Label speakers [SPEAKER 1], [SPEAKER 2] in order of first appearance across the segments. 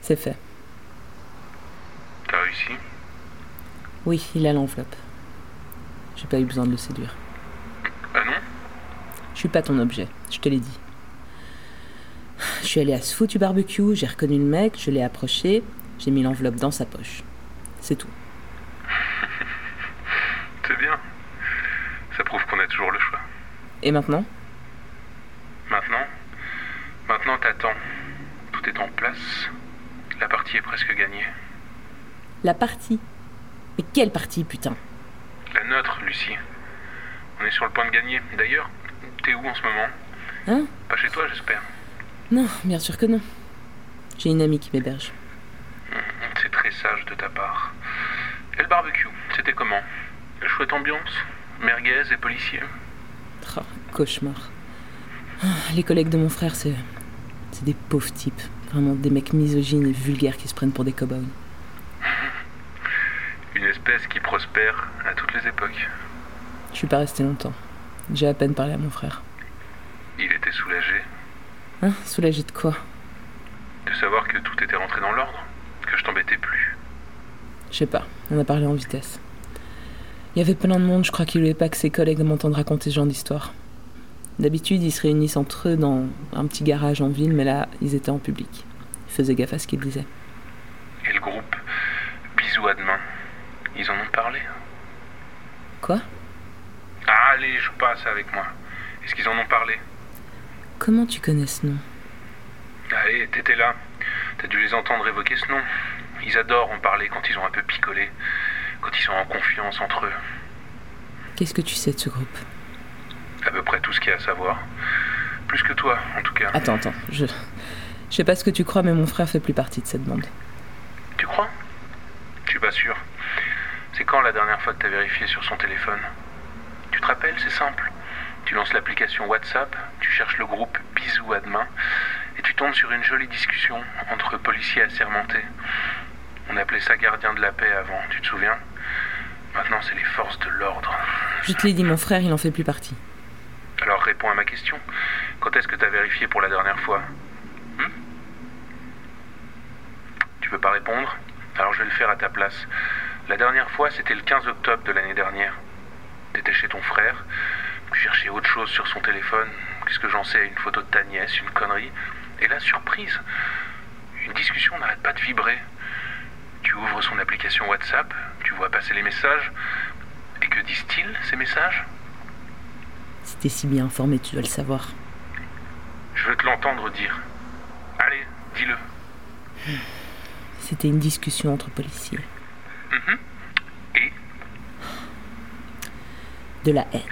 [SPEAKER 1] C'est fait.
[SPEAKER 2] T'as réussi
[SPEAKER 1] Oui, il a l'enveloppe. J'ai pas eu besoin de le séduire.
[SPEAKER 2] Ah non
[SPEAKER 1] Je suis pas ton objet, je te l'ai dit. Je suis allée à ce foutu barbecue, j'ai reconnu le mec, je l'ai approché, j'ai mis l'enveloppe dans sa poche. C'est tout.
[SPEAKER 2] C'est bien. Ça prouve qu'on a toujours le choix.
[SPEAKER 1] Et maintenant
[SPEAKER 2] Maintenant Maintenant, t'attends. Tout est en place. La partie est presque gagnée.
[SPEAKER 1] La partie. Mais quelle partie, putain
[SPEAKER 2] La nôtre, Lucie. On est sur le point de gagner. D'ailleurs, t'es où en ce moment
[SPEAKER 1] Hein
[SPEAKER 2] Pas chez toi, j'espère.
[SPEAKER 1] Non, bien sûr que non. J'ai une amie qui m'héberge.
[SPEAKER 2] C'est très sage de ta part. Et le barbecue, c'était comment Chouette ambiance Merguez et policier
[SPEAKER 1] Oh, cauchemar. Ah, Les collègues de mon frère, c'est. C'est des pauvres types. Vraiment des mecs misogynes et vulgaires qui se prennent pour des cow-boys.
[SPEAKER 2] Une espèce qui prospère à toutes les époques.
[SPEAKER 1] Je suis pas restée longtemps. J'ai à peine parlé à mon frère.
[SPEAKER 2] Il était soulagé
[SPEAKER 1] Hein Soulagé de quoi
[SPEAKER 2] de savoir que tout était rentré dans l'ordre, que je t'embêtais plus.
[SPEAKER 1] Je sais pas, on a parlé en vitesse. Il y avait plein de monde, je crois qu'il voulait pas que ses collègues m'entendent raconter ce genre d'histoire. D'habitude, ils se réunissent entre eux dans un petit garage en ville, mais là, ils étaient en public. Ils faisaient gaffe à ce qu'ils disaient.
[SPEAKER 2] Et le groupe, bisous à demain. Ils en ont parlé.
[SPEAKER 1] Quoi
[SPEAKER 2] Ah, allez, joue pas à ça avec moi. Est-ce qu'ils en ont parlé
[SPEAKER 1] Comment tu connais ce nom
[SPEAKER 2] Allez, t'étais là. T'as dû les entendre évoquer ce nom. Ils adorent en parler quand ils ont un peu picolé, quand ils sont en confiance entre eux.
[SPEAKER 1] Qu'est-ce que tu sais de ce groupe
[SPEAKER 2] À peu près tout ce qu'il y a à savoir. Plus que toi, en tout cas.
[SPEAKER 1] Attends, attends, je... Je sais pas ce que tu crois, mais mon frère fait plus partie de cette bande.
[SPEAKER 2] Tu crois Je suis pas sûr. C'est quand la dernière fois que t'as vérifié sur son téléphone Tu te rappelles, c'est simple. Tu lances l'application WhatsApp, tu cherches le groupe Bisous à demain, et tu tombes sur une jolie discussion entre policiers assermentés. On appelait ça gardien de la paix avant, tu te souviens Maintenant, c'est les forces de l'ordre.
[SPEAKER 1] Je te l'ai dit, mon frère, il en fait plus partie.
[SPEAKER 2] Alors réponds à ma question. Quand est-ce que t'as vérifié pour la dernière fois Hmm Tu peux pas répondre Alors je vais le faire à ta place. La dernière fois, c'était le 15 octobre de l'année dernière. T'étais chez ton frère, tu cherchais autre chose sur son téléphone, qu'est-ce que j'en sais, une photo de ta nièce, une connerie. Et là, surprise Une discussion n'arrête pas de vibrer. Tu ouvres son application WhatsApp, tu vois passer les messages. Et que disent-ils, ces messages
[SPEAKER 1] Si t'es si bien informé, tu dois le savoir.
[SPEAKER 2] Je veux te l'entendre dire. Allez, dis-le.
[SPEAKER 1] C'était une discussion entre policiers.
[SPEAKER 2] Et
[SPEAKER 1] De la haine.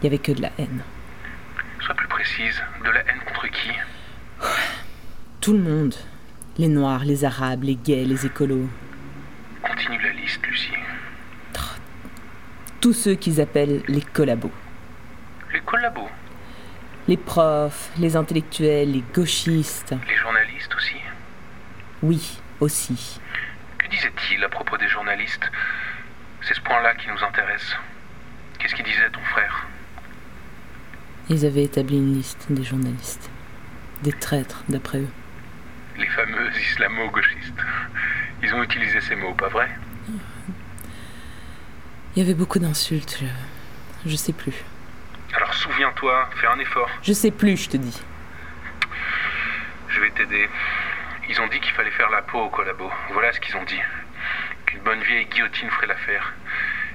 [SPEAKER 1] Il y avait que de la haine.
[SPEAKER 2] sois plus précise. De la haine contre qui
[SPEAKER 1] Tout le monde. Les noirs, les arabes, les gays, les écolos.
[SPEAKER 2] Continue la liste, Lucie.
[SPEAKER 1] Tous ceux qu'ils appellent les collabos.
[SPEAKER 2] Les collabos,
[SPEAKER 1] Les profs, les intellectuels, les gauchistes.
[SPEAKER 2] les journalistes aussi.
[SPEAKER 1] Oui, aussi.
[SPEAKER 2] Que disait-il à propos des journalistes C'est ce point-là qui nous intéresse. Qu'est-ce qu'il disait ton frère
[SPEAKER 1] Ils avaient établi une liste des journalistes. Des traîtres, d'après eux.
[SPEAKER 2] Les fameux islamo-gauchistes. Ils ont utilisé ces mots, pas vrai
[SPEAKER 1] Il y avait beaucoup d'insultes. Je... je sais plus.
[SPEAKER 2] Alors souviens-toi, fais un effort.
[SPEAKER 1] Je sais plus, je te dis.
[SPEAKER 2] Je vais t'aider. Ils ont dit qu'il fallait faire la peau aux collabos. Voilà ce qu'ils ont dit. Qu'une bonne vieille guillotine ferait l'affaire.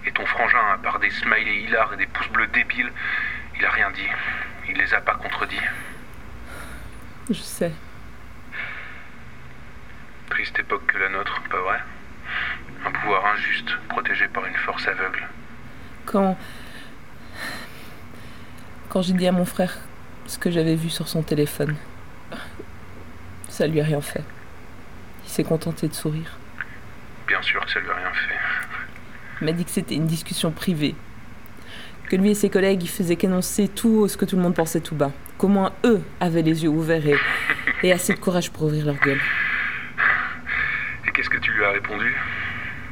[SPEAKER 2] Et ton frangin, à part des smileys hilars et des pouces bleus débiles, il a rien dit. Il les a pas contredits.
[SPEAKER 1] Je sais.
[SPEAKER 2] Triste époque que la nôtre, pas vrai Un pouvoir injuste, protégé par une force aveugle.
[SPEAKER 1] Quand. Quand j'ai dit à mon frère ce que j'avais vu sur son téléphone, ça lui a rien fait. Il s'est contenté de sourire.
[SPEAKER 2] Bien sûr que ça lui a rien fait.
[SPEAKER 1] Il m'a dit que c'était une discussion privée. Que lui et ses collègues, ils faisaient qu'énoncer tout haut ce que tout le monde pensait tout bas. Qu'au moins eux avaient les yeux ouverts et, et assez de courage pour ouvrir leur gueule.
[SPEAKER 2] Et qu'est-ce que tu lui as répondu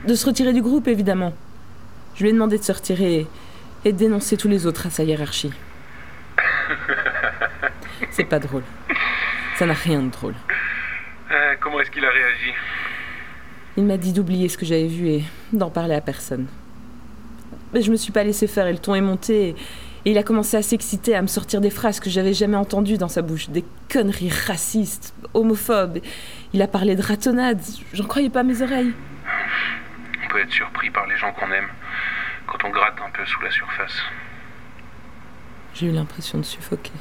[SPEAKER 1] De se retirer du groupe, évidemment. Je Je lui ai demandé de se retirer et, et de dénoncer tous les autres à sa hiérarchie. C'est pas drôle. Ça n'a rien de drôle.
[SPEAKER 2] Euh, comment est-ce qu'il a réagi
[SPEAKER 1] Il m'a dit d'oublier ce que j'avais vu et d'en parler à personne. Mais je me suis pas laissé faire et le ton est monté. Et, et il a commencé à s'exciter, à me sortir des phrases que j'avais jamais entendues dans sa bouche. Des conneries racistes, homophobes. Il a parlé de ratonnade. J'en croyais pas mes oreilles.
[SPEAKER 2] On peut être surpris par les gens qu'on aime quand on gratte un peu sous la surface.
[SPEAKER 1] J'ai eu l'impression de suffoquer.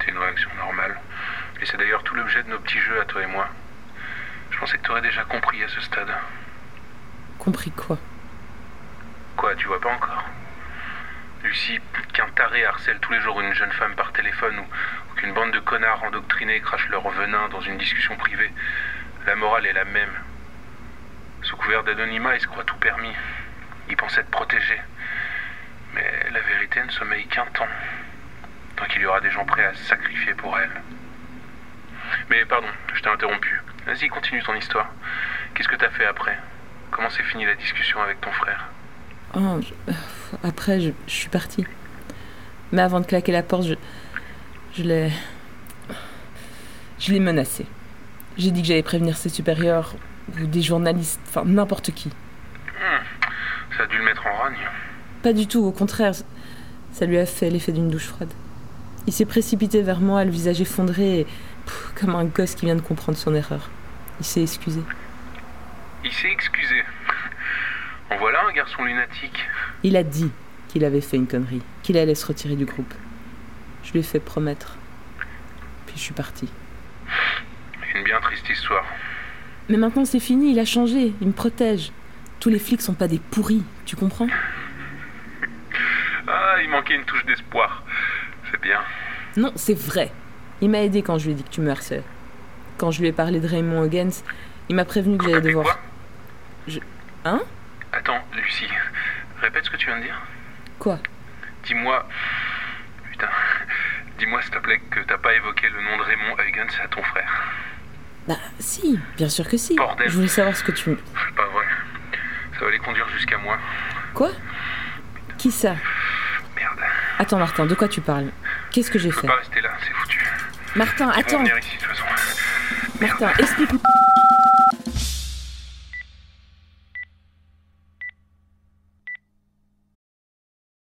[SPEAKER 2] C'est une réaction normale. Et c'est d'ailleurs tout l'objet de nos petits jeux à toi et moi. Je pensais que tu aurais déjà compris à ce stade.
[SPEAKER 1] Compris quoi
[SPEAKER 2] Quoi, tu vois pas encore Lucie, qu'un taré harcèle tous les jours une jeune femme par téléphone ou, ou qu'une bande de connards endoctrinés crache leur venin dans une discussion privée, la morale est la même. Sous couvert d'anonymat, ils se croient tout permis. Ils pensent être protégés. Mais la vérité ne sommeille qu'un temps. Tant qu'il y aura des gens prêts à se sacrifier pour elle. Mais pardon, je t'ai interrompu. Vas-y, continue ton histoire. Qu'est-ce que t'as fait après Comment s'est finie la discussion avec ton frère
[SPEAKER 1] Oh, je- Après, je, je suis partie. Mais avant de claquer la porte, je, je l'ai. Je l'ai menacé. J'ai dit que j'allais prévenir ses supérieurs ou des journalistes, enfin n'importe qui.
[SPEAKER 2] Ça a dû le mettre en rogne.
[SPEAKER 1] Pas du tout, au contraire, ça lui a fait l'effet d'une douche froide. Il s'est précipité vers moi, le visage effondré, et, pff, comme un gosse qui vient de comprendre son erreur. Il s'est excusé.
[SPEAKER 2] Il s'est excusé. En voilà un garçon lunatique.
[SPEAKER 1] Il a dit qu'il avait fait une connerie, qu'il allait se retirer du groupe. Je lui ai fait promettre. Puis je suis partie.
[SPEAKER 2] Une bien triste histoire.
[SPEAKER 1] Mais maintenant c'est fini, il a changé, il me protège. Tous les flics sont pas des pourris, tu comprends
[SPEAKER 2] Ah, il manquait une touche d'espoir. C'est bien.
[SPEAKER 1] Non, c'est vrai. Il m'a aidé quand je lui ai dit que tu me harcelais. Quand je lui ai parlé de Raymond Huggins, il m'a prévenu que
[SPEAKER 2] T'as
[SPEAKER 1] j'allais
[SPEAKER 2] fait
[SPEAKER 1] devoir.
[SPEAKER 2] quoi
[SPEAKER 1] Je- Hein
[SPEAKER 2] Attends, Lucie, répète ce que tu viens de dire.
[SPEAKER 1] Quoi
[SPEAKER 2] Dis-moi. Putain. Dis-moi, s'il te plaît, que t'as pas évoqué le nom de Raymond Huygens à ton frère.
[SPEAKER 1] Bah si, bien sûr que si.
[SPEAKER 2] Bordel.
[SPEAKER 1] Je voulais savoir ce que tu. me-
[SPEAKER 2] C'est pas vrai. Ça va les conduire jusqu'à moi.
[SPEAKER 1] Quoi Qui ça
[SPEAKER 2] Merde.
[SPEAKER 1] Attends Martin, de quoi tu parles Qu'est-ce que j'ai
[SPEAKER 2] Je peux
[SPEAKER 1] fait
[SPEAKER 2] pas rester là, c'est foutu.
[SPEAKER 1] Martin,
[SPEAKER 2] Ils vont
[SPEAKER 1] attends
[SPEAKER 2] venir ici, de toute façon.
[SPEAKER 1] Martin, explique-moi